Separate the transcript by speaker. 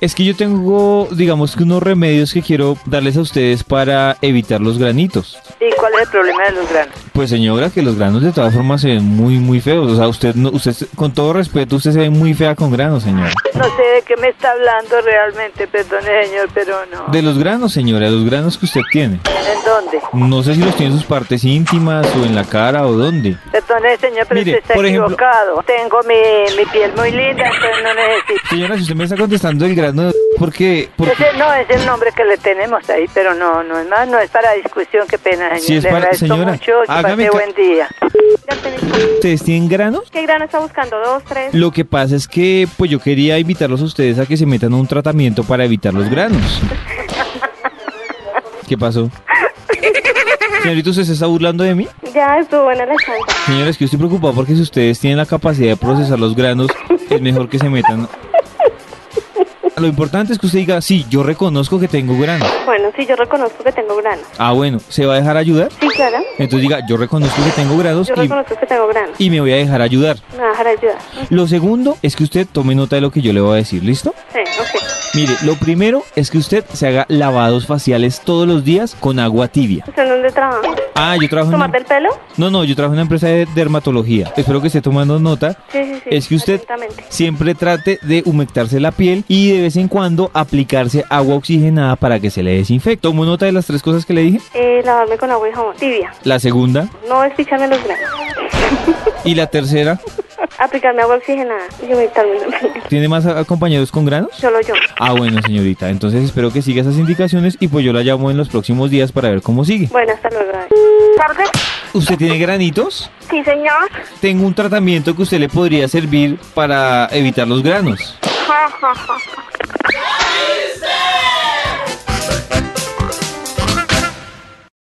Speaker 1: Es que yo tengo, digamos que unos remedios que quiero darles a ustedes para evitar los granitos.
Speaker 2: ¿Y cuál es el problema de los granos?
Speaker 1: Pues señora, que los granos de todas formas se ven muy, muy feos. O sea, usted, no- usted con todo respeto, usted se ve muy fea con granos, señora.
Speaker 2: No sé de qué me está hablando realmente, perdone señor, pero no.
Speaker 1: De los granos, señora, los granos que usted tiene.
Speaker 2: ¿En dónde?
Speaker 1: No sé si los tiene en sus partes íntimas o en la cara o dónde.
Speaker 2: Perdone señor, pero
Speaker 1: Mire,
Speaker 2: usted está
Speaker 1: por ejemplo-
Speaker 2: equivocado. Tengo mi, mi piel muy linda, entonces no necesito...
Speaker 1: Señora, si usted me está contestando el grano, porque, porque
Speaker 2: Ese no es el nombre que le tenemos ahí, pero no, no es más, no es para discusión, qué pena, señor.
Speaker 1: Sí, es
Speaker 2: le
Speaker 1: para-
Speaker 2: agradezco
Speaker 1: señora,
Speaker 2: mucho, que
Speaker 1: hágame
Speaker 2: pase
Speaker 1: ca-
Speaker 2: buen día.
Speaker 1: ustedes tienen granos.
Speaker 3: ¿Qué grano está buscando? ¿Dos, tres?
Speaker 1: Lo que pasa es que, pues yo quería invitarlos a ustedes a que se metan a un tratamiento para evitar los granos. ¿Qué pasó? Señorita, ¿usted se está burlando de mí?
Speaker 3: Ya estuvo buena la chance.
Speaker 1: Señora, es que yo estoy preocupado porque si ustedes tienen la capacidad de procesar los granos, es mejor que se metan. Lo importante es que usted diga, sí, yo reconozco que tengo granos.
Speaker 3: Bueno, sí, yo reconozco que tengo grano.
Speaker 1: Ah, bueno, ¿se va a dejar ayudar?
Speaker 3: Sí, claro.
Speaker 1: Entonces diga, yo reconozco que tengo granos
Speaker 3: Yo
Speaker 1: y,
Speaker 3: reconozco que tengo grano.
Speaker 1: y me voy a dejar ayudar.
Speaker 3: Me va a dejar ayudar.
Speaker 1: Lo segundo es que usted tome nota de lo que yo le voy a decir, ¿listo?
Speaker 3: Sí, ok.
Speaker 1: Mire, lo primero es que usted se haga lavados faciales todos los días con agua tibia.
Speaker 3: ¿Usted en dónde trabaja?
Speaker 1: Ah, yo trabajo en una...
Speaker 3: ¿Tomar del pelo?
Speaker 1: No, no, yo trabajo en una empresa de dermatología. Espero que esté tomando nota.
Speaker 3: Sí, sí, sí.
Speaker 1: Es que usted
Speaker 3: atentamente.
Speaker 1: siempre trate de humectarse la piel y de vez en cuando aplicarse agua oxigenada para que se le desinfecte. ¿Tomo nota de las tres cosas que le dije?
Speaker 3: Eh, lavarme con agua y jabón. Tibia.
Speaker 1: La segunda
Speaker 3: No despicharme los granos.
Speaker 1: y la tercera.
Speaker 3: Aplicarme agua oxigenada. Y humectarme la piel.
Speaker 1: ¿Tiene más a- compañeros con granos?
Speaker 3: Ah, Solo yo.
Speaker 1: Ah, bueno, señorita. Entonces espero que siga esas indicaciones y pues yo la llamo en los próximos días para ver cómo sigue.
Speaker 3: Bueno, hasta luego.
Speaker 4: ¿Tarde?
Speaker 1: ¿Usted tiene granitos?
Speaker 4: Sí, señor.
Speaker 1: tengo un tratamiento que usted le podría servir para evitar los granos.
Speaker 4: Ja, ja, ja, ja.